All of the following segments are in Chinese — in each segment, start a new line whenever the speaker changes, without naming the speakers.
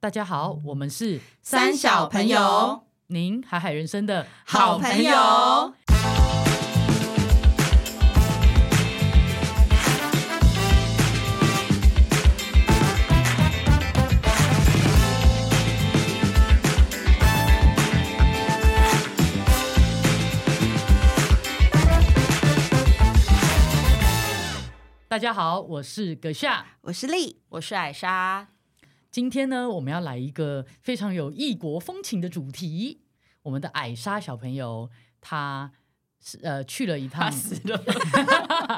大家好，我们是
三小朋友，
您海海人生的
好朋友。
大家好，我是葛夏。
我是丽，我是艾莎。
今天呢，我们要来一个非常有异国风情的主题。我们的艾莎小朋友，他是呃去了一趟，
了，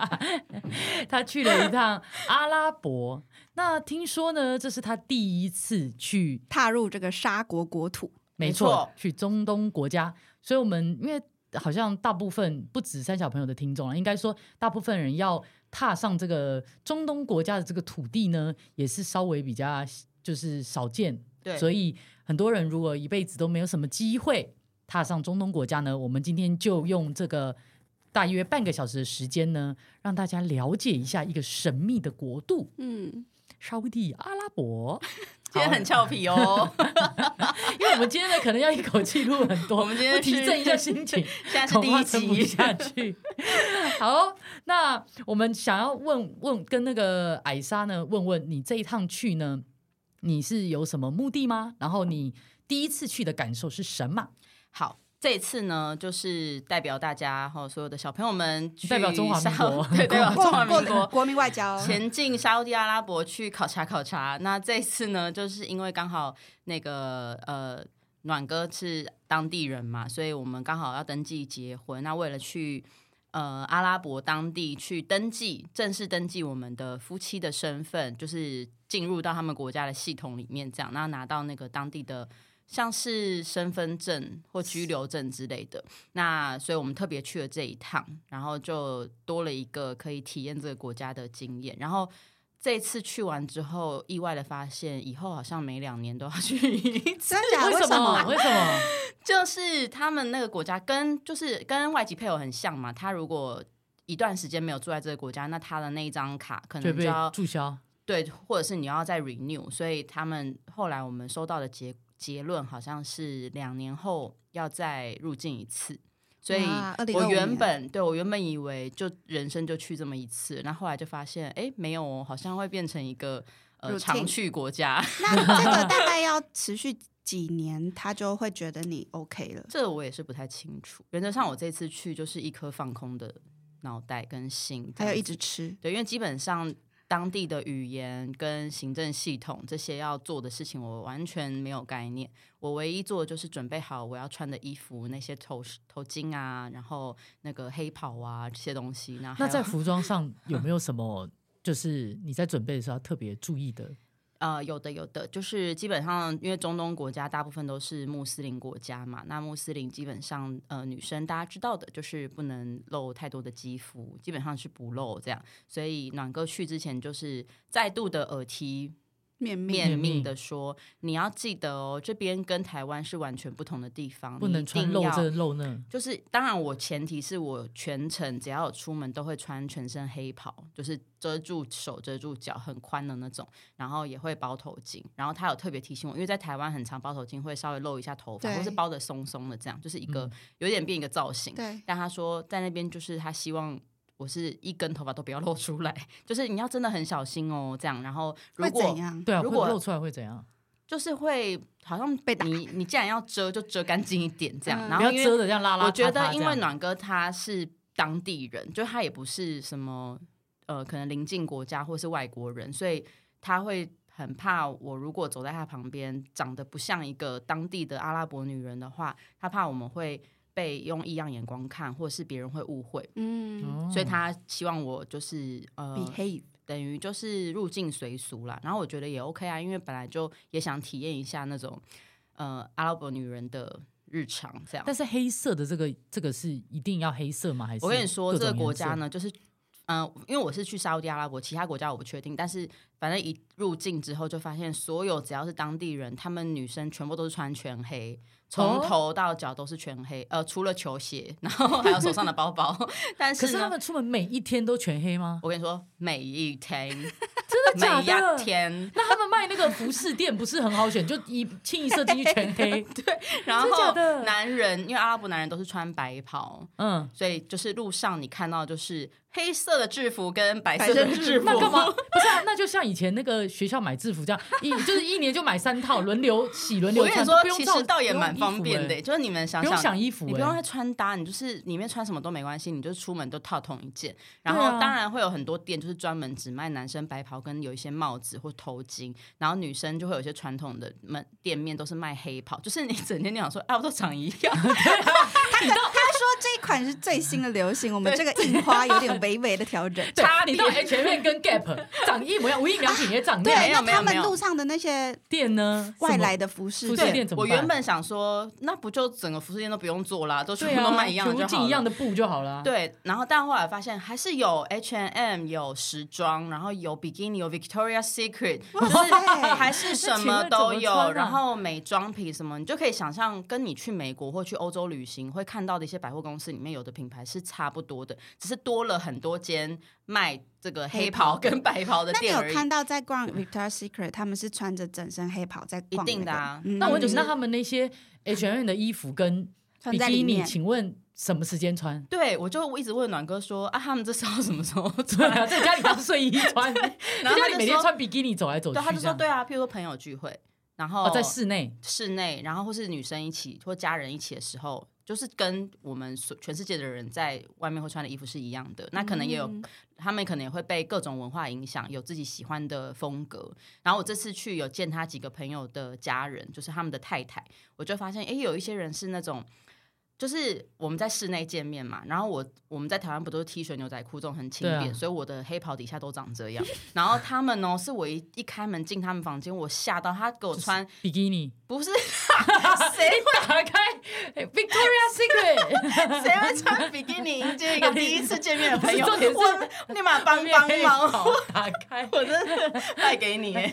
他去了一趟阿拉伯。那听说呢，这是他第一次去
踏入这个沙国国土。
没
没
错
错，
去中东国家。所以，我们因为好像大部分不止三小朋友的听众了，应该说大部分人要踏上这个中东国家的这个土地呢，也是稍微比较就是少见。
对
所以很多人如果一辈子都没有什么机会踏上中东国家呢，我们今天就用这个。大约半个小时的时间呢，让大家了解一下一个神秘的国度
嗯，
——沙烏地阿拉伯。
今天很俏皮哦。
因为我们今天呢，可能要一口气录很多，
我们今天
不提
是
振一下心情，
现在是
恐
第
怕
一
撑不
集，
下去。好，那我们想要问问跟那个艾莎呢，问问你这一趟去呢，你是有什么目的吗？然后你第一次去的感受是什么？
好，这一次呢，就是代表大家哈，所有的小朋友们去
代表中华民国
沙 对，代表中华民
国
国。
国民外交，
前进沙烏地阿拉伯去考察考察。那这次呢，就是因为刚好那个呃暖哥是当地人嘛，所以我们刚好要登记结婚。那为了去呃阿拉伯当地去登记，正式登记我们的夫妻的身份，就是进入到他们国家的系统里面，这样，那拿到那个当地的。像是身份证或居留证之类的，那所以我们特别去了这一趟，然后就多了一个可以体验这个国家的经验。然后这次去完之后，意外的发现，以后好像每两年都要去一次，
真假？
为
为
什么？
么？
为什么？
就是他们那个国家跟就是跟外籍配偶很像嘛，他如果。一段时间没有住在这个国家，那他的那一张卡可
就
能就
被
要
注销。
对，或者是你要再 renew，所以他们后来我们收到的结结论好像是两年后要再入境一次，所以
哇
我
2025
原本对我原本以为就人生就去这么一次，然后后来就发现哎没有哦，好像会变成一个呃
Routine
常去国家，
那这个大概要持续几年，他就会觉得你 OK 了。
这我也是不太清楚。原则上我这次去就是一颗放空的脑袋跟心，
还有
这样
一
子
直吃，
对，因为基本上当地的语言跟行政系统这些要做的事情，我完全没有概念。我唯一做的就是准备好我要穿的衣服，那些头头巾啊，然后那个黑袍啊这些东西。那还
那
有
在服装上有没有什么？ 就是你在准备的时候要特别注意的，
呃，有的有的，就是基本上因为中东国家大部分都是穆斯林国家嘛，那穆斯林基本上呃女生大家知道的就是不能露太多的肌肤，基本上是不露这样。所以暖哥去之前就是再度的耳提
面
面
面
命的说，你要记得哦，这边跟台湾是完全不同的地方，
不
你
能
一
穿
定
露
要
这露那。
就是当然，我前提是我全程只要有出门都会穿全身黑袍，就是遮住手、遮住脚，很宽的那种，然后也会包头巾。然后他有特别提醒我，因为在台湾很常包头巾会稍微露一下头发，
对
或是包的松松的，这样就是一个、
嗯
有点变一个造型。
对，
但他说在那边就是他希望。我是一根头发都不要露出来， 就是你要真的很小心哦，这样。然后如
会
果
怎样？
对啊，
如
会
果
露出来会怎样？
就是会好像
被打
你你既然要遮，就遮干净一点这样。
嗯
然
不
后
要
因为
遮的这样拉拉
我
遢遢
觉
这样。
得，因为暖哥他是当地人，就他也不是什么呃，可能邻近国家或是外国人，所以他会很怕我如果走在他旁边，长得不像一个当地的阿拉伯女人的话，他怕我们会被用异样眼光看，或是别人会误会，
嗯
哦，
所以他希望我就是呃
，behave，
等于就是入境随俗啦。然后我觉得也 OK 啊，因为本来就也想体验一下那种呃阿拉伯女人的日常这样。
但是黑色的这个这个是一定要黑色吗？还是
我跟你说，
各
这
种
个国
颜色
家？呢，就是嗯、呃因为我是去沙烏地阿拉伯，其他国家我不确定，但是反正一入境之后就发现，所有只要是当地人，他们女生全部都是穿全黑，从
哦
头到脚都是全黑，呃，除了球鞋，然后还有手上的包包，但
可
是
是
呢
他。们出门每一天都全黑吗？
我跟你说，每一天
真的
每
啊假的？
一天，
那他们卖那个服饰店不是很好选，就一清一色进去全 黑。
然
真假
后
的
男人，因为阿拉伯男人都是穿白袍，
嗯，
所以就是路上你看到就是黑色的制服跟白
白
色
色
的
制
制服，
那干嘛？不是、啊，那就像以前那个学校买制服这样，一就是一年就买三套，轮流洗轮流
我跟你
穿，
说
不，用
其
照
实倒也
不用
蛮
衣
方
服
便的、
欸
就是你们想
不用想衣服、欸，
你不用再穿搭，你就是里面穿什么都没关系，你就出门都套同一件。然
对啊
后当然会有很多店就是专门只卖男生白袍跟有一些帽子或头巾，然后女生就会有一些传统的门店面都是卖黑袍，就是你整天就想说啊，我都长一样，
他他说这一款是最新的流行，我 们这
对
个印花有点微微的调整。
对
差
你到
别
H M 跟 Gap 长一模一样，无印良品也长那
对，
样。
哎那
没有没有
他们
没有
路上的那些
店呢？
外来
什
的服饰
服饰
店，
店怎么
我
办
原本想说，那不就整个服饰店都不用做啦，都
么
全
对
部
啊，
都卖一样的
全部
就
进
好
一样
了。
的布就好了。，啊
对，然后但后来发现还是有 H M 有时装，然后有 bikini 有 Victoria Secret，
哇塞
还是什么都
那请问怎么穿啊
有，然后美妆品什么，你就可以想象跟你去美国或去欧洲旅行会看到的一些百货公司里面有的品牌是差不多的，只是多了很多间卖这个黑袍跟白袍的
那你
店
有
而已。
看到在逛 Victoria Secret，他们是穿着整身黑袍在逛、那个？
一定的啊
嗯
那我就那他们那些 H M 的衣服 跟
穿
比
在里
基尼，
面。
请问什么时间穿？
对，我就一直问暖哥说啊，他们这是要什么 时候
对
穿？
啊，在家里当睡衣 穿，在
然后
家
他
里
就
每天
说，
穿比基尼走来走去这
对，
样。
他就说对啊，譬如说朋友聚会，然后
哦，在室内。
室内，然后或是女生一起或家人一起的时候，就是跟我们所全世界的人在外面会穿的衣服是一样的。那可能也有，他们可能也会被各种文化影响，有自己喜欢的风格。然后我这次去有见他几个朋友的家人，就是他们的太太，我就发现，诶，有一些人是那种。就是我们在室内见面嘛，然后我我们在台湾不都是 T 恤牛仔裤这种很轻
对
便，
啊
所以我的黑袍底下都长这样。然后他们呢，是我一一开门进他们房间，我吓到他给我穿
比基尼，
不是， 谁
打开哎 Victoria Secret，
谁会穿比基尼迎接一个第一次见面 的朋友？
重点是
我立马帮帮
黑
忙，
袍打开，
我真的带给你耶。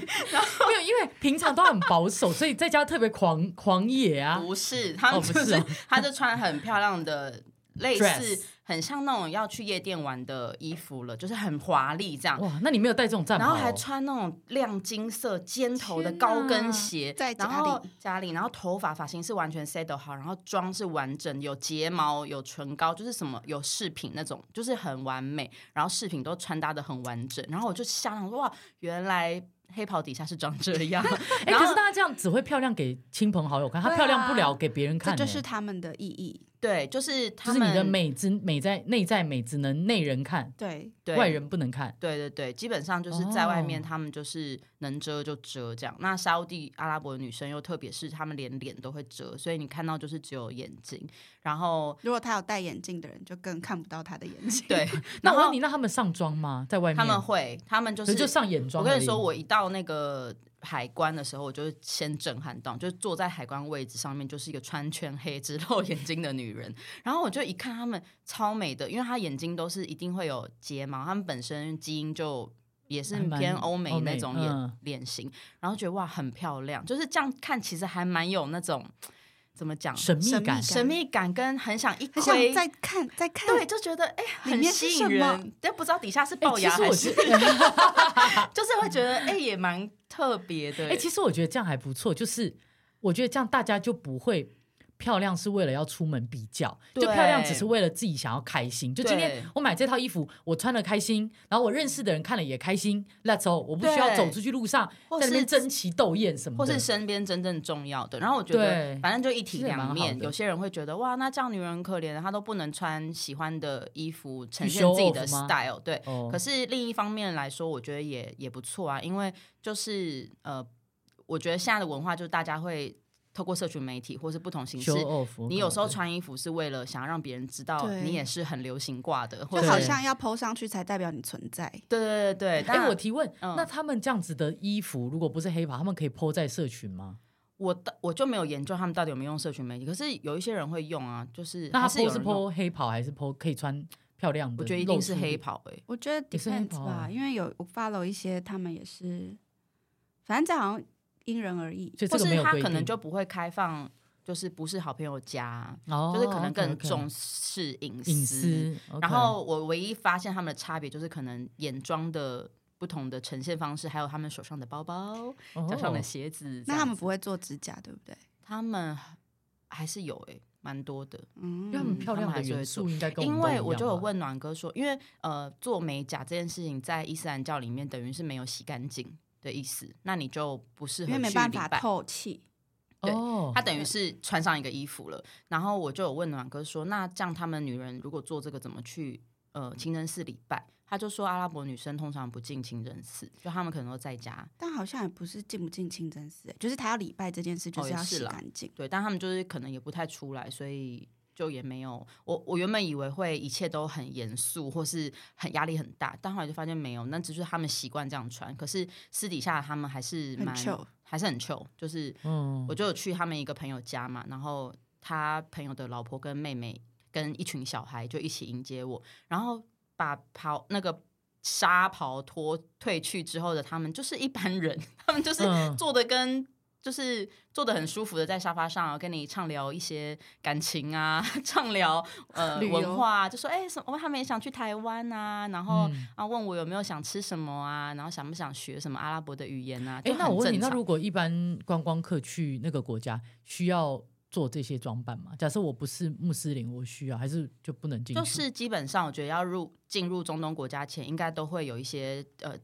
没有，因为平常都很保守，所以在家特别狂狂野 啊。
不是，他
哦
们
不
就是是
哦，
他就穿很漂亮的。类
Dress
似很像那种要去夜店玩的衣服了，就是很华丽这样，
哇，那你没有带这种战袍、
然
哦，
后哦还穿那种亮金色尖头的高跟鞋，
天哪在家里
然后家里，然后头发发型是完全 settle 好，然后妆是完整，有睫毛，有唇膏，就是什么有饰品那种，就是很完美。然后饰品都穿搭的很完整，然后我就吓到说哇，原来黑袍底下是长这样。
哎、
然
可
后
是大家这样只会漂亮给亲朋好友看，她
对啊
漂亮不了给别人看、
这
欸。
就是他们的意义。
对，就是
就
他
是
们
你的美只美在内在美只能内人看，
对，
对
外人不能看。
对对对，基本上就是在外面，
哦
他们就是能遮就遮这样。那沙烏地阿拉伯的女生又特别是她们连脸都会遮，所以你看到就是只有眼睛，然后
如果他有戴眼镜的人，就更看不到他的眼 睛。
对，
那
然
我问
后
你，那他们上妆吗？在外面？
他们会，他们就
可是
是
就上眼妆
我
而已。
跟你说，我一到那个海关的时候，我就先震撼到，就坐在海关位置上面，就是一个穿全黑、只露眼睛的女人。然后我就一看，她们超美的，因为她眼睛都是一定会有睫毛，她们本身基因就也是
还蛮
偏欧美
欧美
那种脸、
嗯
脸型，然后觉得哇，很漂亮，就是这样看，其实还蛮有那种怎么讲
神秘
神秘
感
感
神秘感，跟很想一
很想
窥。
再看再看。
对，，就觉得哎、
里
很
面是
吸
什
引
么
人，但不知道底下是
哎、
龅
其
牙
实
还
我
是
觉 得，
就是会觉得哎、也蛮特别的、
哎、其实我觉得这样还不错，就是我觉得这样大家就不会。漂亮是为了要出门比较，就
对
漂亮只是为了自己想要开心。就今天
对
我买这套衣服，我穿了开心，然后我认识的人看了也开心。Let's all，我不需要
对
走出去路上
或
在那
是
边争奇斗艳什么
或
的，
是身边真正重要的。然后我觉得
对，
反正就一体
其实也蛮好
两面。
的
有些人会觉得，哇，那这样女人很可怜，她都不能穿喜欢的衣服，呈现
show
自己的
off 吗
style。对，
哦
可是另一方面来说，我觉得也也不错啊，因为就是呃，我觉得现在的文化就是大家会透过社群媒体或是不同形式
show。off。
你有时候
对
穿衣服是为了想要让别人知道
对
你也是很流行挂的，或
就
者
好
对
像要 PO 上去才代表你存在。
对对对对。
哎、
但
我提问、
嗯
那他们这样子的衣服，如果不是黑袍，他们可以 PO 在社群吗？
我的我就没有研究他们到底有没有用社群媒体，可是有一些人会用啊，就是
那他
还是有
PO 是
人用
PO 黑袍，还是 PO 可以穿漂亮的？
我觉得一
露
定是
出的。
黑袍哎、欸，
我觉得
也是黑
depends
袍
吧，
啊
因为有我 follow 一些，他们也是，反正这好像因人而异。
所以这个
或
没
是
有
他
规
可能
定
就不会开放，就是不是好朋友家，
哦
就是可能更
OK，OK
重视隐私。
隐私。
然后我唯一发现他们的差别就是可能眼妆的不同的呈现方式，还有他们手上的包包、
哦
脚上的鞋子。
那他们
这样子
不会做指甲，对不对？
他们还是有诶、蛮多的。
因为他们
嗯，
漂亮
他
的
们还是会
元素应该跟
因
们不
为
一
我
样
就有
吧，
问暖哥说，因为呃，做美甲这件事情在伊斯兰教里面等于是没有洗干净的意思，那你就不适合
因为没
去
办
礼
法
拜
透气。
对
哦
他等于是穿上一个衣服了。然后我就有问暖哥说，那这样他们女人如果做这个怎么去呃清真寺礼拜？他就说阿拉伯女生通常不进清真寺，就他们可能都在家。
但好像也不是进不进清真寺，欸就是他要礼拜这件事，就
哦
是
也
要
是
洗
啦
干净。
对，但他们就是可能也不太出来，所以就也没有。我我原本以为会一切都很严肃，或是很压力很大，但后来就发现没有，那只是他们习惯这样穿。可是私底下他们还是
很
蛮
chill
还是很 chill。就是
嗯
我就有去他们一个朋友家嘛，然后他朋友的老婆跟妹妹跟一群小孩就一起迎接我，然后把袍那个。纱袍脱褪去之后的他们就是一般人，他们就是
嗯
坐的跟就是坐的很舒服的在沙发上，啊跟你畅聊一些感情啊， 畅聊呃
旅游
文化啊，就说哎、什么，他们也想去台湾啊，然后、
嗯
啊问我有没有想吃什么啊，然后想不想学什么阿拉伯的语言啊，
哎
就，
那
很
我问你，
正
那
常
如果一般观光客去那个国家，需要做这些装扮吗？假设我不是穆斯林，我需要还是就不能进去？
就是基本上，我觉得要入进入中东国家前，应该都会有一些呃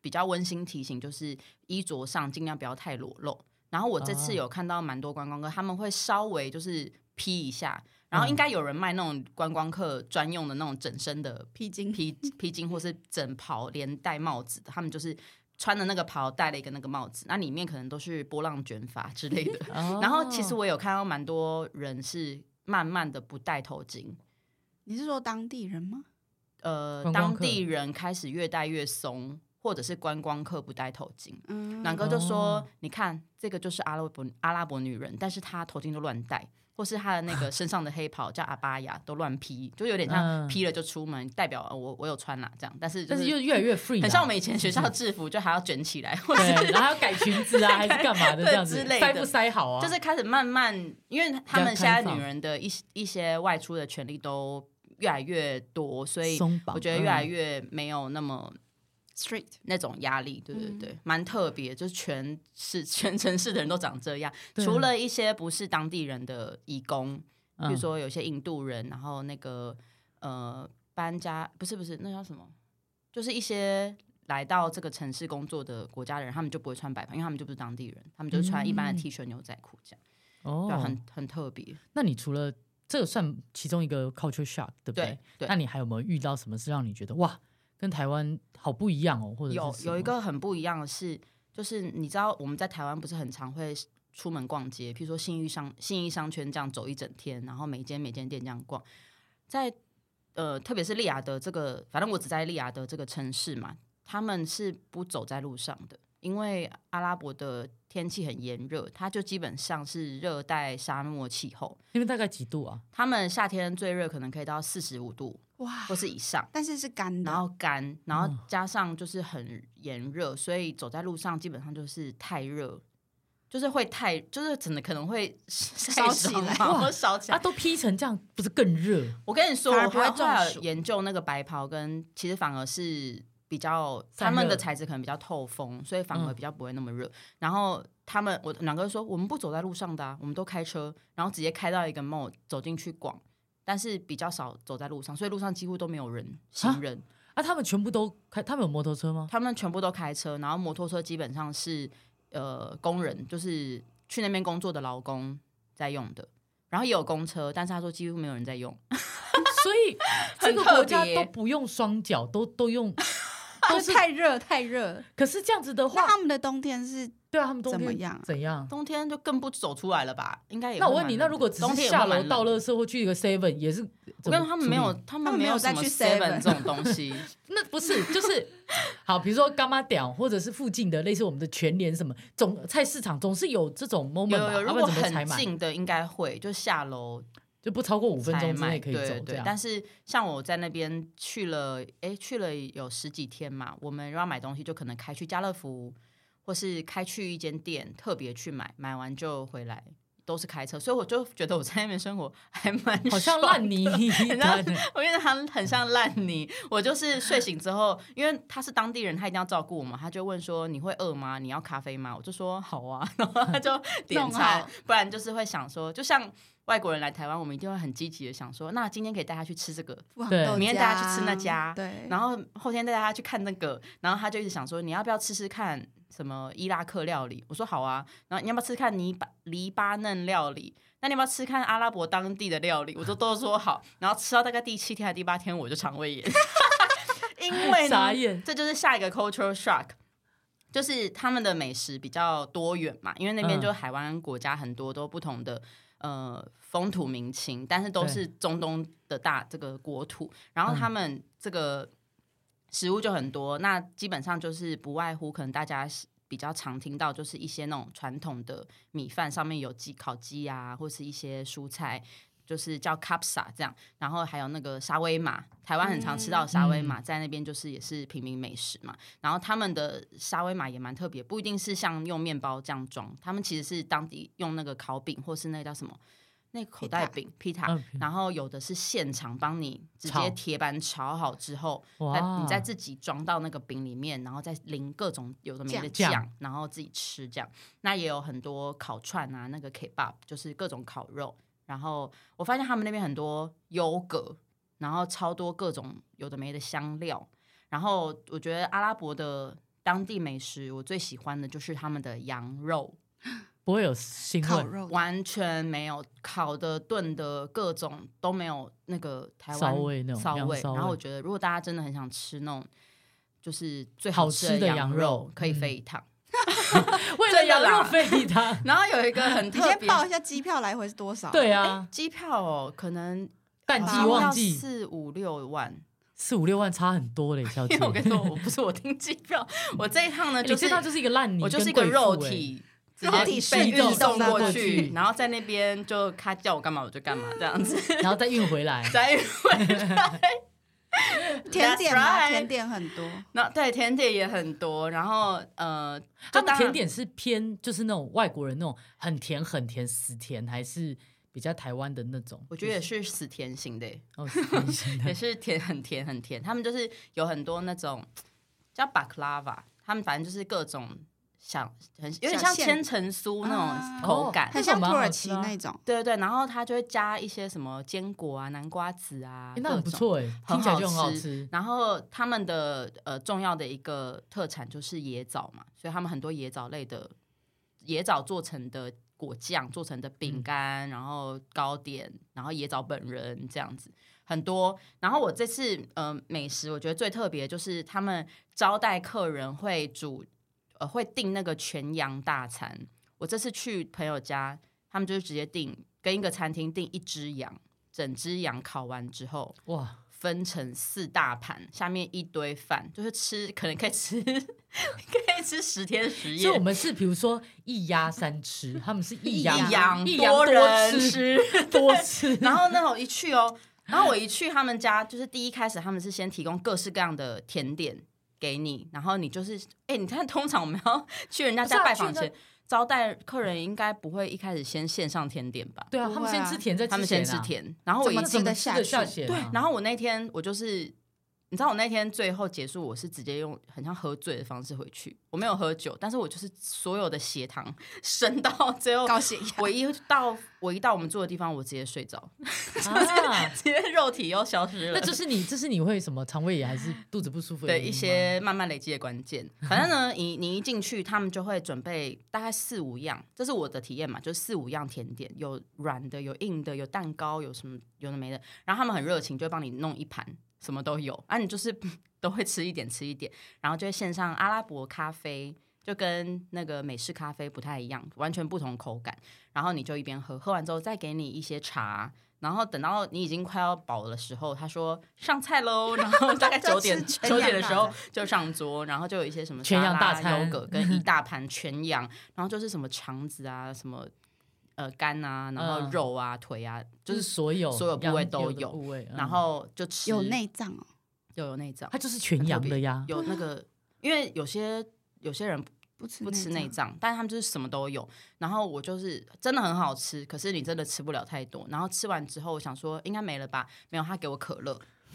比较温馨提醒，就是衣着上尽量不要太裸露。然后我这次
哦
有看到蛮多观光客，他们会稍微就是披一下，然后应该有人卖那种观光客专用的那种整身的
披巾
披披巾，或是整袍连带帽子的，他们就是穿的那个袍戴了一个那个帽子，那里面可能都是波浪卷发之类的。
哦，
然后其实我有看到蛮多人是慢慢的不戴头巾，
你是说当地人吗？
呃
观光
当
客
地人开始越戴越松，或者是观光客不戴头巾。
嗯，
南哥就说：“
哦
你看，这个就是阿拉伯阿拉伯女人，但是她头巾都乱戴，或是她的那个身上的黑袍叫阿巴雅都乱披，就有点像
嗯
披了就出门，代表、呃我我有穿啦、这样。但是、就
但
是
是又越来越 free，啦
很像我们以前学校制服，就还要卷起来，或者
嗯对，啊然后还要改裙子啊，还是干嘛的
对
这样子
之类的
塞不塞好啊？
就是开始慢慢，因为他们
比较
现在
开放
女人的一些一些外出的权利都越来越多，所以
松绑
我觉得越来
嗯
越没有那么。”
street
那种压力，对对
嗯
对，蛮、特别，就是全市全城市的人都长这样，
对啊
除了一些不是当地人的义工，比如
嗯
说有些印度人，然后那个呃搬家不是不是那叫什么，就是一些来到这个城市工作的国家的人，他们就不会穿白袍，因为他们就不是当地人，他们就穿一般
嗯
的 T 恤牛仔裤这样，对啊、
哦
很，很特别，
那你除了这个算其中一个 culture shock，对不
对对
那。你还有没有遇到什么是让你觉得哇，跟台湾好不一样哦？或者是
有
什
有一
么
个很不一样的是，就是你知道我们在台湾不是很常会出门逛街，譬如说信义商信义商圈这样走一整天，然后每间每间店这样逛，在呃特别是利雅得这个，反正我只在利雅得这个城市嘛，他们是不走在路上的。因为阿拉伯的天气很炎热，它就基本上是热带沙漠气候。
那边大概几度啊？
他们夏天最热可能可以到四十五度
哇
或，是以上，
但是是干的，
然后干，然后
嗯
加上就是很炎热，所以走在路上基本上就是太热，就是会太，就是真的可能会 烧
起来
哇
或烧起
啊，
来。
都披成这样，不是更热？
我跟你说，
反而
我
不会
还
中
在
暑
研究那个白袍跟，其实反而是比较
散
他们的
热
材质可能比较透风，所以反而
嗯
比较不会那么热。然后他们，我两个说我们不走在路上的、啊，我们都开车，然后直接开到一个 mall 走进去逛，但是比较少走在路上，所以路上几乎都没有人行人。
啊，他们全部都开，他们有摩托车吗？
他们全部都开车，然后摩托车基本上是呃工人，就是去那边工作的劳工在用的。然后也有公车，但是他说几乎没有人在用，
所以这
很
个国
特
家
别
都不用双脚，都都 用。
都是哦太热太热。
可是这样子的
那
话，
他们的冬天是
对啊，他们冬
怎么
天
样
怎样？
冬天就更不走出来了吧？应该也会
那
蛮冷的。
我问你，那如果只
冬
是
天也会
下
蛮
楼
冷
到，乐社或去一个 Seven，也是
我
怎
跟
么
你说他们
处
没
理
有，他
他
们
们
没
没有再
什么
去
seven
Seven
这种东西，
那不是，就是好，比如说干妈屌，或者是附近的类似我们的全联什么，总菜市场总是有这种 moment
有
吧？他
有，如
们
果
怎么采
很
买？
近的应该会，就下楼
就不超过五分
才
钟之
买
内可以
对
走这
对，但
样。
是像我在那边去了，哎，去了有十几天嘛，我们要买东西就可能开去家乐福，或是开去一间店特别去买，买完就回来，都是开车，所以我就觉得我在那边生活还蛮
好像
爽
烂泥一
你知道
般。
我跟他很像烂泥。我就是睡醒之后，因为他是当地人，他一定要照顾我嘛，他就问说：“你会饿吗？你要咖啡吗？”我就说：“好啊。”然后他就点
弄
餐
好，
不然就是会想说，就像外国人来台湾，我们一定会很积极的想说：“那今天可以带他去吃这个。”
不
对
明天带他去吃那家
对，
然后后天带他去看那个，然后他就一直想说，你要不要吃吃看什么伊拉克料理？我说好啊。然后你要不要吃看黎巴黎巴嫩料理？那你要不要吃看阿拉伯当地的料理？我都都说好。然后吃到大概第七天还是第八天，我就肠胃炎， 因为呢
傻眼
这就是下一个 cultural shock。就是他们的美食比较多元嘛，因为那
嗯
边就是海湾国家很多都不同的、呃风土民情，但是都
对嗯
是中东的大这个国土，然后他们这个食物就很多，那基本上就是不外乎可能大家是比较常听到就是一些那种传统的米饭上面有鸡烤鸡啊，或是一些蔬菜。就是叫 capsa 这样，然后还有那个沙威玛，台湾很常吃到的沙威
嗯
玛，在那边就是也是平民美食嘛。然后他们的沙威玛也蛮特别，不一定是像用面包这样装，他们其实是当地用那个烤饼或是那个叫什么那个口袋
Pita
饼 pita，、
嗯
然后有的是现场帮你直
炒
接铁板炒好之后，再
哇，
你再自己装到那个饼里面，然后再淋各种有的没的
酱
酱，然后自己吃这样。那也有很多烤串啊，那个 kebab 就是各种烤肉。然后我发现他们那边很多优格，然后超多各种有的没的香料。然后我觉得阿拉伯的当地美食，我最喜欢的就是他们的羊肉，
不会有腥
烤
味，
肉
完全没有烤的、炖的，各种都没有那个台湾
骚味那种
骚
羊
味。
骚
然后
味
我觉得，如果大家真的很想吃那种就是最
好
吃
吃的
羊
羊肉
可以
嗯
飞一趟。
为了
真的
羊肉
啦
费它。
然后有一个很
你
特
先
别，
报一下机票来回是多少？
对啊，
机票哦，可能
淡
淡
季
季
旺季
四五六万。
四五六万差很多嘞，小姐。
因为我跟你说，我不是我订机 票，我这一趟呢
哎
就
你
是
这趟就是一个烂泥，
我就是一
跟
个
贵妇
肉
哎。
体，
肉
直接
体
被
被
运
运
送
送
过
过
去
去，
然后在那边就他叫我干嘛我就干嘛这样子，
然后再运回来。
在
甜点
That's
吗？
right 啊
甜点很多，
那对甜点也很多，然后呃，就
他们
当然
甜点是偏就是那种外国人那种很甜很甜死甜，还是比较台湾的那种？
我觉得也是死甜型 的耶，
哦，是甜型 的
也是甜很甜很甜。他们就是有很多那种叫 baklava，他们反正就是各种想很有点
小
像
馅
千层酥那种
啊
口感，
那
很
种
像土
蛮好
耳
吃
其
啊
那种。
对对对，然后它就会加一些什么坚果啊、南瓜子啊，
哎那很
各
不
种。
错哎，听起来就很好吃。
然后他们的呃重要的一个特产就是椰枣嘛，所以他们很多椰枣类的椰枣做成的果酱、做成的饼干，然后糕点，然后椰枣本人这样子很多。然后我这次呃美食，我觉得最特别就是他们招待客人会煮呃会订那个全羊大餐。我这次去朋友家，他们就是直接订跟一个餐厅订一只羊，整只羊烤完之后，
哇，
分成四大盘，下面一堆饭，就是吃，可能可以吃， 可以吃十天
所
十
以我
夜。
们是比如说一鸭三吃，他们是一羊
一羊
一羊多
人
吃
吃，
多吃，
然后那我一去哦，然后我一去他们家，就是第一开始他们是先提供各式各样的甜点给你，然后你就是，哎、你看通常我们要去人家
不
家
是啊
拜访
去人
前，招待客人应该不不会一开始先献上甜点吧？
对啊，
不
他
会啊
们先吃甜再
他们先吃
咸啊，
甜，然后我
怎
一
么
怎
怎
么
么
吃
吃
得
得
下
下啊
去
去？
对，然后我那天我就是，你知道我那天最后结束，我是直接用很像喝醉的方式回去，我没有喝酒，但是我就是所有的血糖 升到最后，
高血 压
我一到我一到我们住的地方，我直接睡着，
啊，
直接肉体又消失了
那。这是你这是你会什么肠胃炎还是肚子不舒服的
对
原因
一
吗
些慢慢累积的关 键，反正呢，你你一进去，他们就会准备大概四五样，这是我的体验嘛，就四五样甜点，有软的，有硬的，有蛋糕，有什么有的没的，然后他们很热情，就会帮你弄一盘，什么都有，啊，你就是 都会吃一点吃一点，然后就会献上阿拉伯咖啡。就跟那个美式咖啡不太一样，完全不同口感。然后你就一边喝，喝完之后再给你一些茶，然后等到你已经快要饱的时候，他说上菜喽。然后 大概
就
九点
吃全
九点
羊
的
大
时候
餐
就上桌，然后就有一些什么
全
沙
羊大
拉
餐
优格跟一大盘全羊，然后就是什么肠子啊，什么呃肝啊，然后
嗯
肉啊、腿啊，就
就是
是
所有
所有部
羊
位都
有的
有
部位，嗯
然后就吃
有内脏哦，
又有内脏，
它就是全羊的呀，
有那个，因为有些有些人不
不吃
不吃内
内脏，
脏，但是他们就是什么都有。然后我就是真的很好吃，可是你真的吃不了太多。然后吃完之后，我想说应该没了吧？没有，他给我可乐。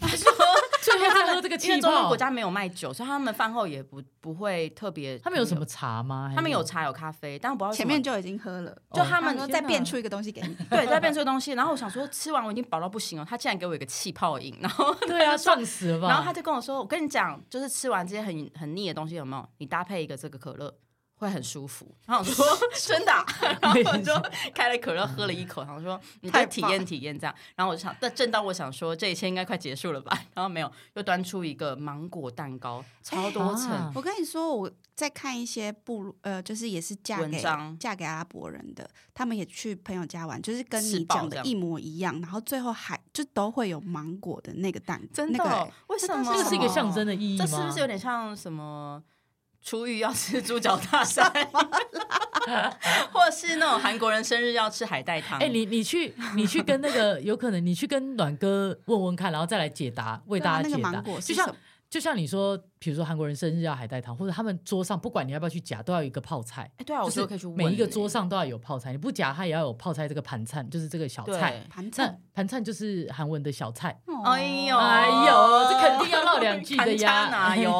最后才喝这个
因
气
为中东
泡
国。家没有卖酒，所以他们饭后也不不会特别。
他们有什么？茶吗？
他们有茶有咖啡，但我不知道为什
前
么
面就已经喝了，哦
就他
他
们
们说
天
再
哪
变出一个东西给你，
对在变这个东西。然后我想说吃完我已经饱到不行了，他竟然给我一个气泡饮，然后
还是， 对啊，撞死了吧？
然后他就跟我说：“我跟你讲，就是吃完这些很很腻的东西，有没有？你搭配一个这个可乐会很舒服。”然后我 说：“真的啊、然后我就开了可乐喝了一口，然后说：“你再
太
体
棒
验体验这样。”然后我就想，但正当我想说这一切应该快结束了吧， 然后没有，又端出一个芒果蛋糕，超多层。
啊
我跟你说，我在看一些部落呃，就是也是嫁
文
给
章
嫁给阿拉伯人的，他们也去朋友家玩，就是跟
吃
你
饱
讲
这
的
样
一模一样，然后最后还就都会有芒果的那个蛋，
真的
那
哦、
个欸、
为什么？
那
这个是一个象征的意义吗？
这是不是有点像什么？出狱要吃猪脚大餐， 或是那种韩国人生日要吃海带汤？
哎、你你去你去跟那个有可能你去跟暖哥问问看，然后再来解答，为
对
大
啊
家
那个
解答。
芒果
就是像
什么
就像你说，比如说韩国人生日要海带汤，或者他们桌上不管你要不要去夹，都要有一个泡菜。
哎对啊，我
就是
觉得可以去问
每一个
欸
桌上都要有泡菜，你不夹它也要有泡菜这个盘菜，就是这个小菜。
对，
盘菜
那，盘菜就是韩文的小菜。
哦
哎呦，
哎呦这肯定要唠两句的呀
哎呦，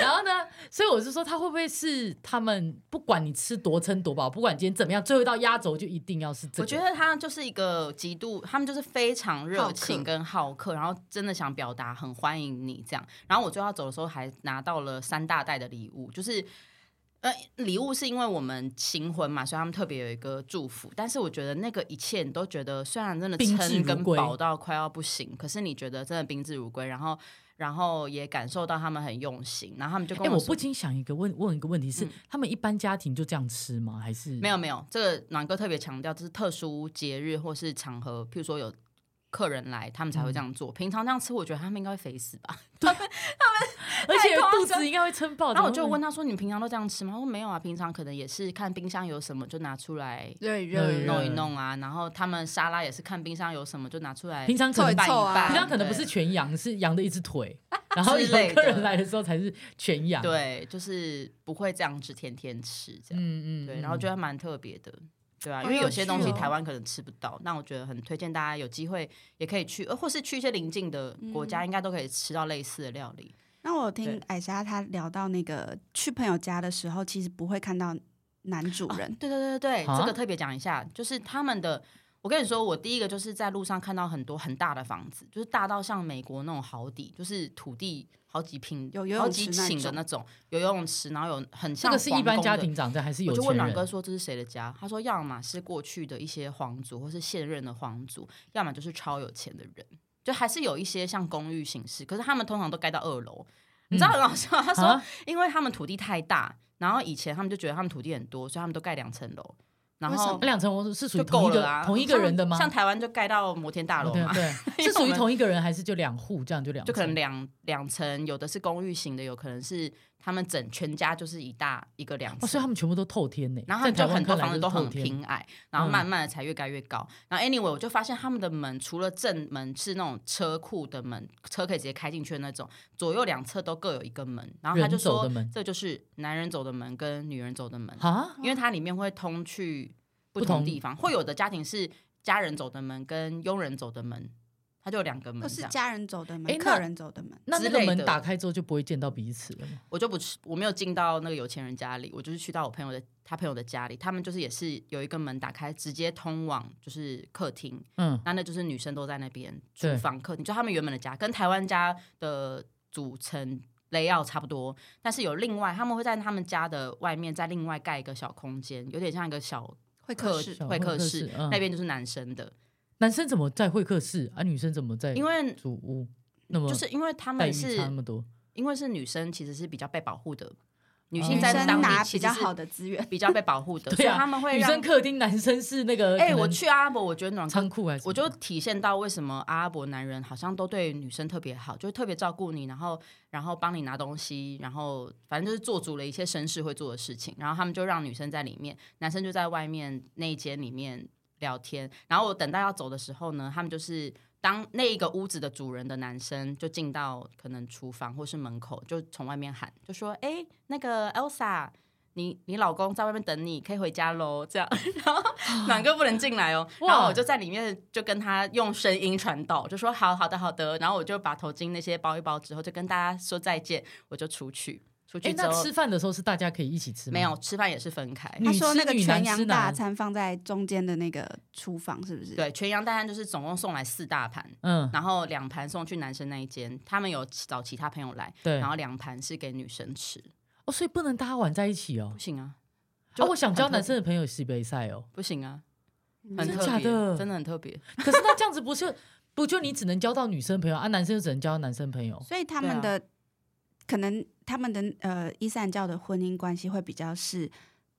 然后呢，所以我是说，它会不会是他们不管你吃多撑多饱，不管今天怎么样，最后一道压轴就一定要是这个？
我觉得他就是一个极度，他们就是非常热
好
情
客
跟好客，然后真的想表达很欢迎你这样。然后我最后要走的时候还拿到了三大袋的礼物，就是。呃，礼物是因为我们行婚嘛，所以他们特别有一个祝福。但是我觉得那个一切你都觉得，虽然真的
宾至
撑
如
跟
归
饱到快要不行，可是你觉得真的宾至如归，然后然后也感受到他们很用心，然后他们就跟
哎、我
说
不禁想一个问问一个问题是，
嗯
他们一般家庭就这样吃吗？还是
没有没有，这个暖哥特别强调，这是特殊节日或是场合，譬如说有客人来，他们才会
嗯
这样做。平常这样吃，我觉得他们应该会肥死吧。
而且
太夸
肚
张
子应该会撑爆。
然后我
哦怎
就
么会
问他说：“你平常都这样吃吗？”他说：“没有啊，平常可能也是看冰箱有什么就拿出来
热一
热一
热，
弄一弄啊。然后他们沙拉也是看冰箱有什么就拿出来
平常可能
凑
拌
一
一
凑啊
拌。
平常可能不是
对
全羊，是羊的一只 腿，然后有
之类的
客人来的时候才是全羊。，
对，就是不会这样子天天吃这样。
嗯嗯，
对，然后觉得蛮特别的。对啊，
好
因为
有
有些东西
趣哦
台湾可能吃不到，那我觉得很推荐大家有机会也可以去，呃，或是去一些邻近的国
嗯
家，应该都可以吃到类似的料理。
那我有
对
听艾莎她聊到那个去朋友家的时候，其实不会看到男主人，
对对对对对，
啊
这个特别讲一下，就是他们的。我跟你说，我第一个就是在路上看到很多很大的房子，就是大到像美国那种豪邸，就是土地好几平、
有游泳
好几
池那
顷的
种
那种，有游泳池，然后有很
这
像
个是一
皇
般
宫
家
的
庭长这样还是有
我就
钱
问暖哥
人？
说这是谁的家，他说要么是过去的一些皇族或是现任的皇族，要么就是超有钱的人，就还是有一些像公寓形式，可是他们通常都盖到二楼。你知道很好笑，他说、
啊
因为他们土地太大，然后以前他们就觉得他们土地很多，所以他们都盖两层楼，然
为什
后
么
那两层楼是属于
就
同
够
一
了
个
啦。
同一个人的吗？
像像台湾就盖到摩天大楼
对
嘛
啊，对，是
因为我
属于
们
同一个人还是就两户这样就两
就
层？
可能两两层，有的是公寓型的，有可能是他们整全家就是一大一个两
哦，
层。
所以他们全部都透天呢。
然后他们
在台
就
湾
很多
看来
房子
就是
都很
透天，嗯
平矮，然后慢慢的才越盖越高。然后 anyway，我就发现他们的门除了正门是那种车库的门，车可以直接开进去的那种，左右两侧都各有一个门。然后他
人
就
走
说
的，门
这就是男人走的门跟女人走的门，
啊，
因为它里面会通去不
不
同
同
地方。会有的家庭是家人走的门跟佣人走的门，它就有两个门
都
这
是
样。
家人走的门，
诶那
客人走的门。
那那
之类
个
的
门打开之后就不会见到彼此了吗？
我就不去，我没有进到那个有钱人家里，我就是去到我朋友的他朋友的家里，他们就是也是有一个门打开，直接通往就是客厅，
嗯，
那那就是女生都在那边
对
厨房客厅，就他们原本的家跟台湾家的组成 layout 差不多，但是有另外他们会在他们家的外面再另外盖一个小空间，有点像一个小
会客
客
室，
小
会客
会客
室
室，嗯
那边就是男生的，
男生怎么在会客室啊？女生怎么在
因为
主屋？那么
就是因为他
待遇
们
差那
是
么多，
因为是女生其实是比较被保护的，女
哦
性
女
在
生
当地
拿
其
比
实
较
是
好的资源，
比较被保护的，所
对
以
啊
他们会
女
让
生。客厅，男生是那个
哎、
可能
我去阿拉伯，我觉得暖
仓
哥，
库还是
我就体现到为什么阿拉伯男人好像都对女生特别好，就特别照顾你，然后然后帮你拿东西，然后反正就是做足了一些绅士会做的事情，然后他们就让女生在里面，男生就在外面那一间里面聊天，然后我等待要走的时候呢，他们就是当那一个屋子的主人的男生就进到可能厨房或是门口，就从外面喊，就说：“哎、那个 Elsa，你你老公在外面等你，可以回家喽。”这样， 然后暖哥不能进来哦，
啊哇
然后我就在里面就跟他用声音传导，就说：“好好的好的。”然后我就把头巾那些包一包之后，就跟大家说再见，我就出去。出
哎
去，之
那
后
吃饭的时候是大家可以一起吃吗？
没有吃饭也是分开，
女
他说
吃
那个
女
全
男吃
羊
男
大餐放在中间的那个厨房，是不是？，
对，全羊大餐就是总共送来四大盘，
嗯，
然后两盘送去男生那一间，他们有找其他朋友来，
对
然，后两盘是给女生吃，
哦，所以不能大家玩在一起哦
不。行啊，
啊，我想
很
交
特别
男生的朋友西北赛哦，
不行啊，
嗯
很
真的
特
假
别，
的
真的很特别，
可是那这样子不是不就你只能交到女生朋友啊，男生就只能交到男生朋友？
所以他们
对
的、可能他们的呃伊斯兰教的婚姻关系会比较是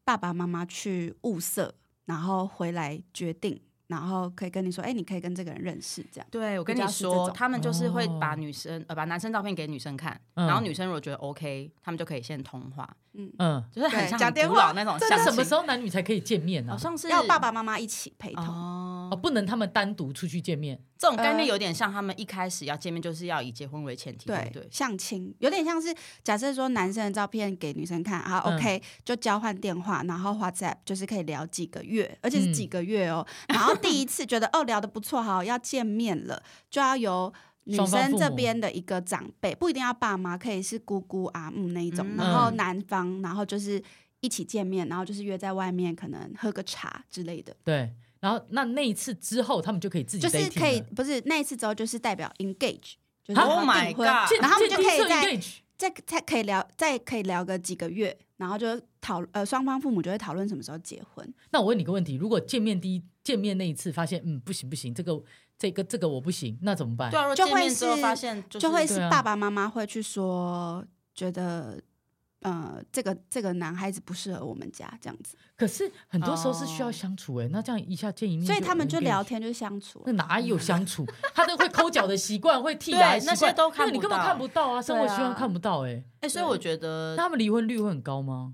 爸爸妈妈去物色，然后回来决定，然后可以跟你说，哎、你可以跟这个人认识，这样
对我
跟
跟
你
你
说
说，他们就是会把
哦
女生呃把男生照片给女生看，
嗯
然后女生如果觉得 OK，他们就可以先通话，
嗯。
嗯，
就是很
对
像
讲
很
电
古
话
老那种
真的
相
那什么
亲
时候男女才可以见面呢、
好像是
要爸爸妈妈一起陪同，
哦，
哦，
不能他们单独出去见面。
这种概念
呃
有点像他们一开始要见面就是要以结婚为前提，对
对
不对？
相亲有点像是假设说男生的照片给女生看，好、
嗯
OK，就交换电话，然后 WhatsApp 就是可以聊几个月，而且是几个月哦。然后第一次觉得哦聊得不错，好要见面了，就要由女
双方
生
父
这
母
边的一个长辈，不一定要爸妈，可以是姑姑阿姆那一种，
嗯
然后男方，然后就是一起见面，然后就是约在外面，可能喝个茶之类的。
对，然后那那一次之后，他们就可以自己
就是
dating
可以
了，
不是那一次之后，就是代表 engage，就是
Oh
要
my
订婚
god
见
啊然后他们就
见
可以
第一次
在
engage
再再可以聊，再可以聊个几个月，然后就讨呃双方父母就会讨论什么时候结婚。
那我问你个问题：如果见面第一见面那一次发现，嗯，不行不行，这个这个这个我不行，那怎么办？
对啊，如果
就
见
会
面之后
是
发现就是
就会
对
是
啊
爸爸妈妈会去说，觉得呃这个这个男孩子不适合我们家这样子，
可是很多时候是需要
哦
相处哎、那这样一下见一面，
所以他们就聊。天就相处
那。哪有相处？他的会抠脚的习惯，会 剔
对
牙的习惯，
那些都
那个你
看不
根本
到
看不到啊，生活习
对
惯
啊
看不到哎、
哎、所以
对
我觉得
那他们离婚率会很高吗？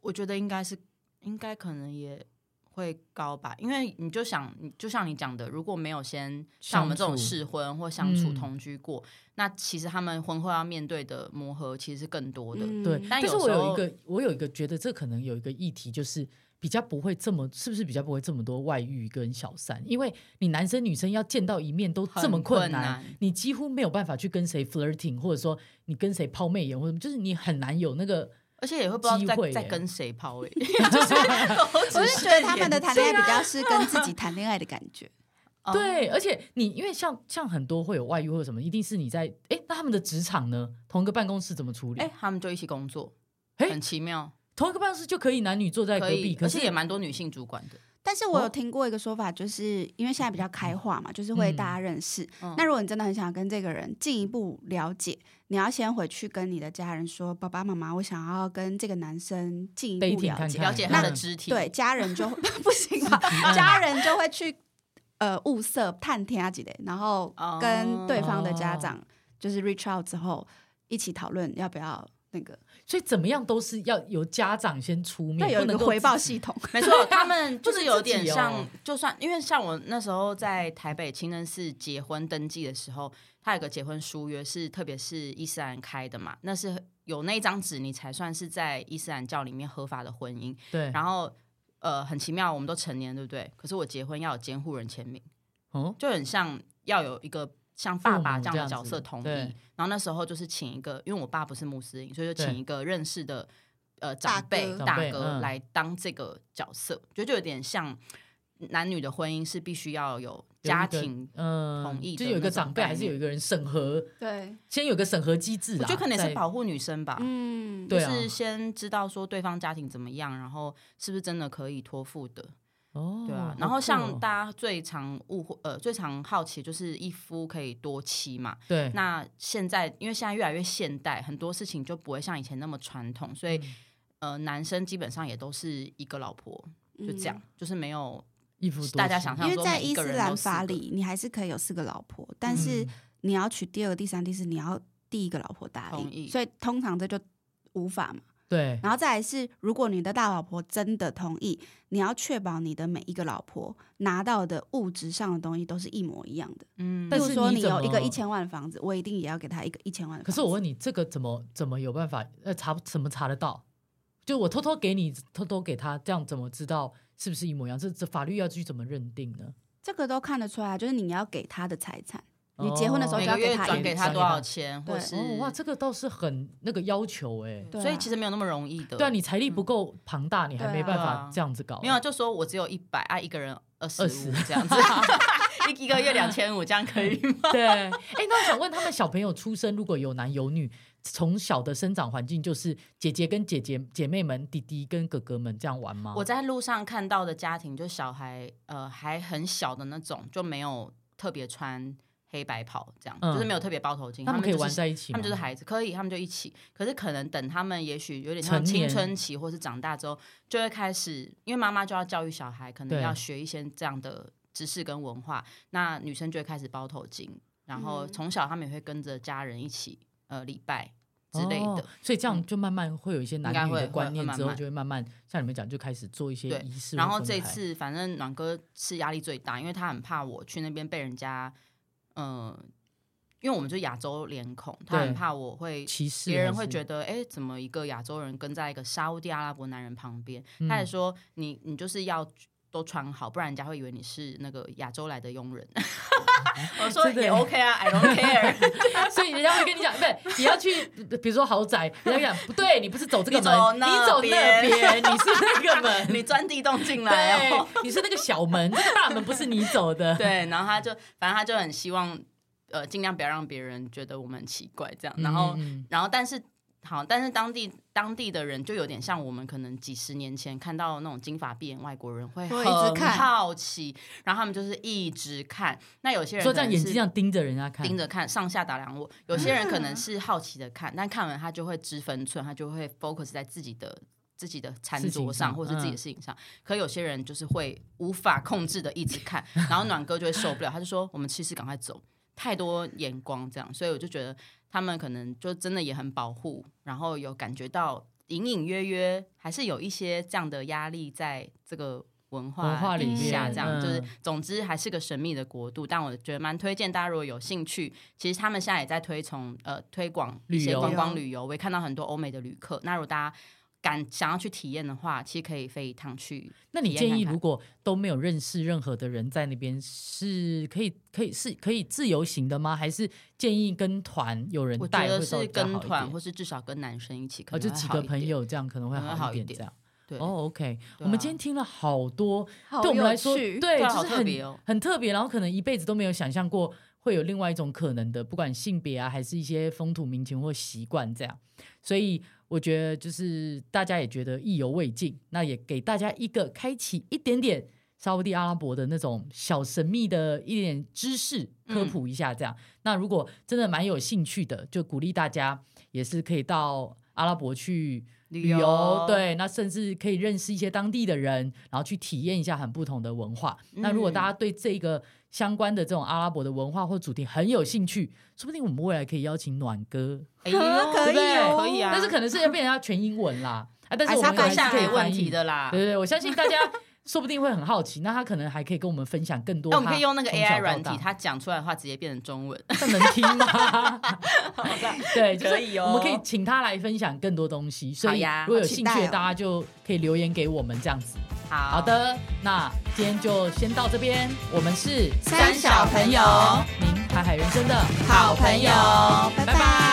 我觉得应该是，应该可能也会高吧，因为你就想，你就像你讲的，如果没有先像我们这种
相处
试婚或相处
嗯
同居过，那其实他们婚后要面对的磨合其实是更多的。
对，
嗯
但
是
有
我
时
有一
候
个，我有一个觉得这可能有一个议题，就是比较不会这么，是不是比较不会这么多外遇跟小三？因为你男生女生要见到一面都这么
很困
难，
难
你几乎没有办法去跟谁 flirting，或者说你跟谁抛媚眼，或者就是你很难有那个。
而且也会不知道
机
在
会
在
耶
跟谁抛 欸诶、
我是觉得他们的谈恋
对
啊
爱比较是 跟自己谈恋爱的感觉，
哦
对，而且你因为像像很多会有外遇或者什么，一定是你在哎，那他们的职场呢，同一个办公室怎么处理？
哎、他们就一起工作，
哎
很奇妙，
同一个办公室就可以男女坐在隔
可
壁，
以，
可
而
是
且也蛮多女性主管的。
但是我
哦
有听过一个说法，就是因为现在比较开化嘛，就是会
嗯
大家认识。
嗯
那如果你真的很想跟这个人进一步了解，你要先回去跟你的家人说：“爸爸妈妈，我想要跟这个男生进一步
dating
了
看
解。
看
了解他的
嗯
肢体，
对，家人就会 不行吧，家人就会去呃物色探听啊几类，然后
哦
跟对方的家长就是 reach out 之后一起讨论要不要那个，
所以怎么样都是要由家长先出面，
对，有
不
一
能
个
够
回
自
报
己
系统。
没 错，他们就
不
是
能
有
自己
点
哦
像，就算因为像我那时候在台北清真寺结婚登记的时候，他有个结婚书约是，特别是伊斯兰开的嘛，那是有那一张纸，你才算是在伊斯兰教里面合法的婚姻。
对，
然后，呃，很奇妙，我们都成年，对不对？可是我结婚要有监护人签名，
嗯，
就很像要有一个像爸爸这样的角
父母这
色
样子
同意
对。
然后那时候就是请一个，因为我爸不是穆斯林，所以就
对
请一个认识的呃
大
长辈
哥
长
大
辈
哥
嗯
来当这个角色，觉得就有点像男女的婚姻是必须要有家庭。
嗯
同意的
就有一个
那种
长辈
概
还是有
念
一个人审核，
对，
先有个审核机制
我
啦，
觉得可能也
在
是保护女生吧，
嗯，
对
就
啊
是先知道说对方家庭怎么样，然后是不是真的可以托付的，
哦，
对啊
好。
然后
酷
像
哦
大家最常误会呃最常好奇就是一夫可以多妻嘛，
对
那现在因为现在越来越现代，很多事情就不会像以前那么传统，所以、
嗯
呃，男生基本上也都是一个老婆，就这
嗯
样，就是没有
一夫多妻
大家想象
因为
说
在
每一
伊
个
斯
人
兰
都四
法
个
里，你还是可以有四个老婆，但是
嗯
你要娶第二个、第三、第四，你要第一个老婆答
同
应，
意
所以通常这就无法嘛。
对，
然后再来是，如果你的大老婆真的同意，你要确保你的每一个老婆拿到的物质上的东西都是一模一样的。
嗯
但
比
是
如说
你
你
怎
有一
么
个一千万的房子，我一定也要给他一个一千万的
可
房子。
是我问你，这个怎么怎么有办法？呃，查怎么查得到？就我偷偷给你，偷偷给他，这样怎么知道是不是一模一样？这这法律要去怎么认定呢？
这个都看得出来，就是你要给他的财产，你结婚的时候
每
就要
个月
给他
转
一
给
笔
他
钱
多少钱，
对
或是
哦，哇，这个倒是很那个要求哎、
对
所以
啊
其实没有那么容易的。
对啊，你财力不够庞大，你还
对
没办
嗯啊
法这样子搞。
没有就说我只有一百啊，一个人二十五
20
这样 子，一一个月两千五，这样可以吗？
对，哎、那我想问他们小朋友出生如果有男有女，从小的生长环境就是姐姐跟姐姐姐妹们、弟弟跟哥哥们这样玩吗？
我在路上看到的家庭，就小孩呃还很小的那种，就没有特别穿黑白袍这样，
嗯
就是没有特别包头巾，
他们可以
就是
玩在一起
他
吗？
们就是孩子，可以，他们就一起。可是可能等他们，也许有点像
成年
青春期，或是长大之后，就会开始，因为妈妈就要教育小孩，可能
对
要学一些这样的知识跟文化。那女生就会开始包头巾，然后
嗯
从小他们也会跟着家人一起呃礼拜之类的。嗯
哦所以这样就慢慢会有一些男
应该
女
会
的观
会
念
会慢
之后，
慢
就会慢慢像你们讲，就开始做一些
对
仪式或分开。
然后这次反正暖哥是压力最大，因为他很怕我去那边被人家，嗯、因为我们就亚洲脸孔，他
对
很怕我会
歧视
别人会
得
觉得，哎，怎么一个亚洲人跟在一个沙烏地阿拉伯男人旁边？
嗯
他也说，你你就是要都穿好，不然人家会以为你是那个亚洲来的佣人。 我说
哦真的
也 OK 啊，I don't care，
所以人家会跟你讲，对，你要去，比如说豪宅，人家讲不对，你不是走这个门，
你走
你
那
走那边，你是那个门，
你钻地洞进来哦。
对，你是那个小门，这个大门不是你走的。
对，然后他就反正他就很希望，呃，尽量不要让别人觉得我们很奇怪这样。
嗯，
然后，
嗯
然后但是。好，但是当地当地的人就有点像我们可能几十年前看到那种金发碧眼外国人
哎
会
会一直
很
看
好奇，然后他们就是一直看。那有
嗯
些人
说
可
这样
能
眼
是
睛这样盯着人家看，嗯
盯着看，上下打量我。有些人可能是好奇的看，但看完他就会知分寸，他就会 focus 在自己的自己的餐
事情
桌
上
上，或者是自己的事情
嗯
上。可有些人就是会无法控制的一直看，然后暖哥就会受不了，他就说：“我们吃一吃，赶快走。”太多眼光这样，所以我就觉得他们可能就真的也很保护，然后有感觉到隐隐约约还是有一些这样的压力在这个文化
文化
里
底下，
面
这样、就是
嗯
总之还是个神秘的国度。但我觉得蛮推荐大家，如果有兴趣，其实他们现在也在推崇呃推广一
旅
些
游
观光旅游，我也看到很多欧美的旅客。那如果大家敢想要去体验的话，其实可以飞一趟去。
那你
体验
建议
看看
如果都没有认识任何的人在那边，是可以可以是可以自由行的吗？还是建议跟团有人
我觉
带
得
会稍
是
微比较好一
跟
点？
团，或是至少跟男生一起，可
哦，
能
就
会
几
好
个
一
朋
点。
友这样可能会
可能会
好
好
一
一
点，
点
这样。
对，
哦，OK，我
对
们
啊
今天听了好多，
好
对我们
有
来说，
趣
对，
对
就
啊
是
好特
很嗯
别哦
很特别，然后可能一辈子都没有想象过会有另外一种可能的，不管性别啊，还是一些风土民情或习惯这样。所以我觉得就是大家也觉得意犹未尽，那也给大家一个开启一点点沙烏地阿拉伯的那种小神秘的一点点知识科
嗯
普一下这样。那如果真的蛮有兴趣的，就鼓励大家也是可以到阿拉伯去。
旅
旅游，对，那甚至可以认识一些当地的人，然后去体验一下很不同的文化。那
嗯
如果大家对这个相关的这种阿拉伯的文化或主题很有兴趣，说不定我们未来可以邀请暖哥，
哎呦，
可以哦
可以啊，
但是可能是要变成要全英文啦。啊，但是
哎
我
他
们还
方
是
向
可以
没
翻
问
译
题。的啦。
对对对，我相信大家说不定会很好奇，那他可能还可以跟我们分享更多
那
他
我
从
们可
小
以用
到大。
那个 AI 软体，它讲出来的话直接变成中文。
这能听 吗？ 对，就是
可以哦
我们可以请他来分享更多东西。所
好
以
呀
如果有
好期
兴
待
趣的，
哦
大家就可以留言给我们这样子。
好
好，的，那今天就先到这边，我们是
三小朋友
您海海人生的
好朋友，
拜
拜
拜
拜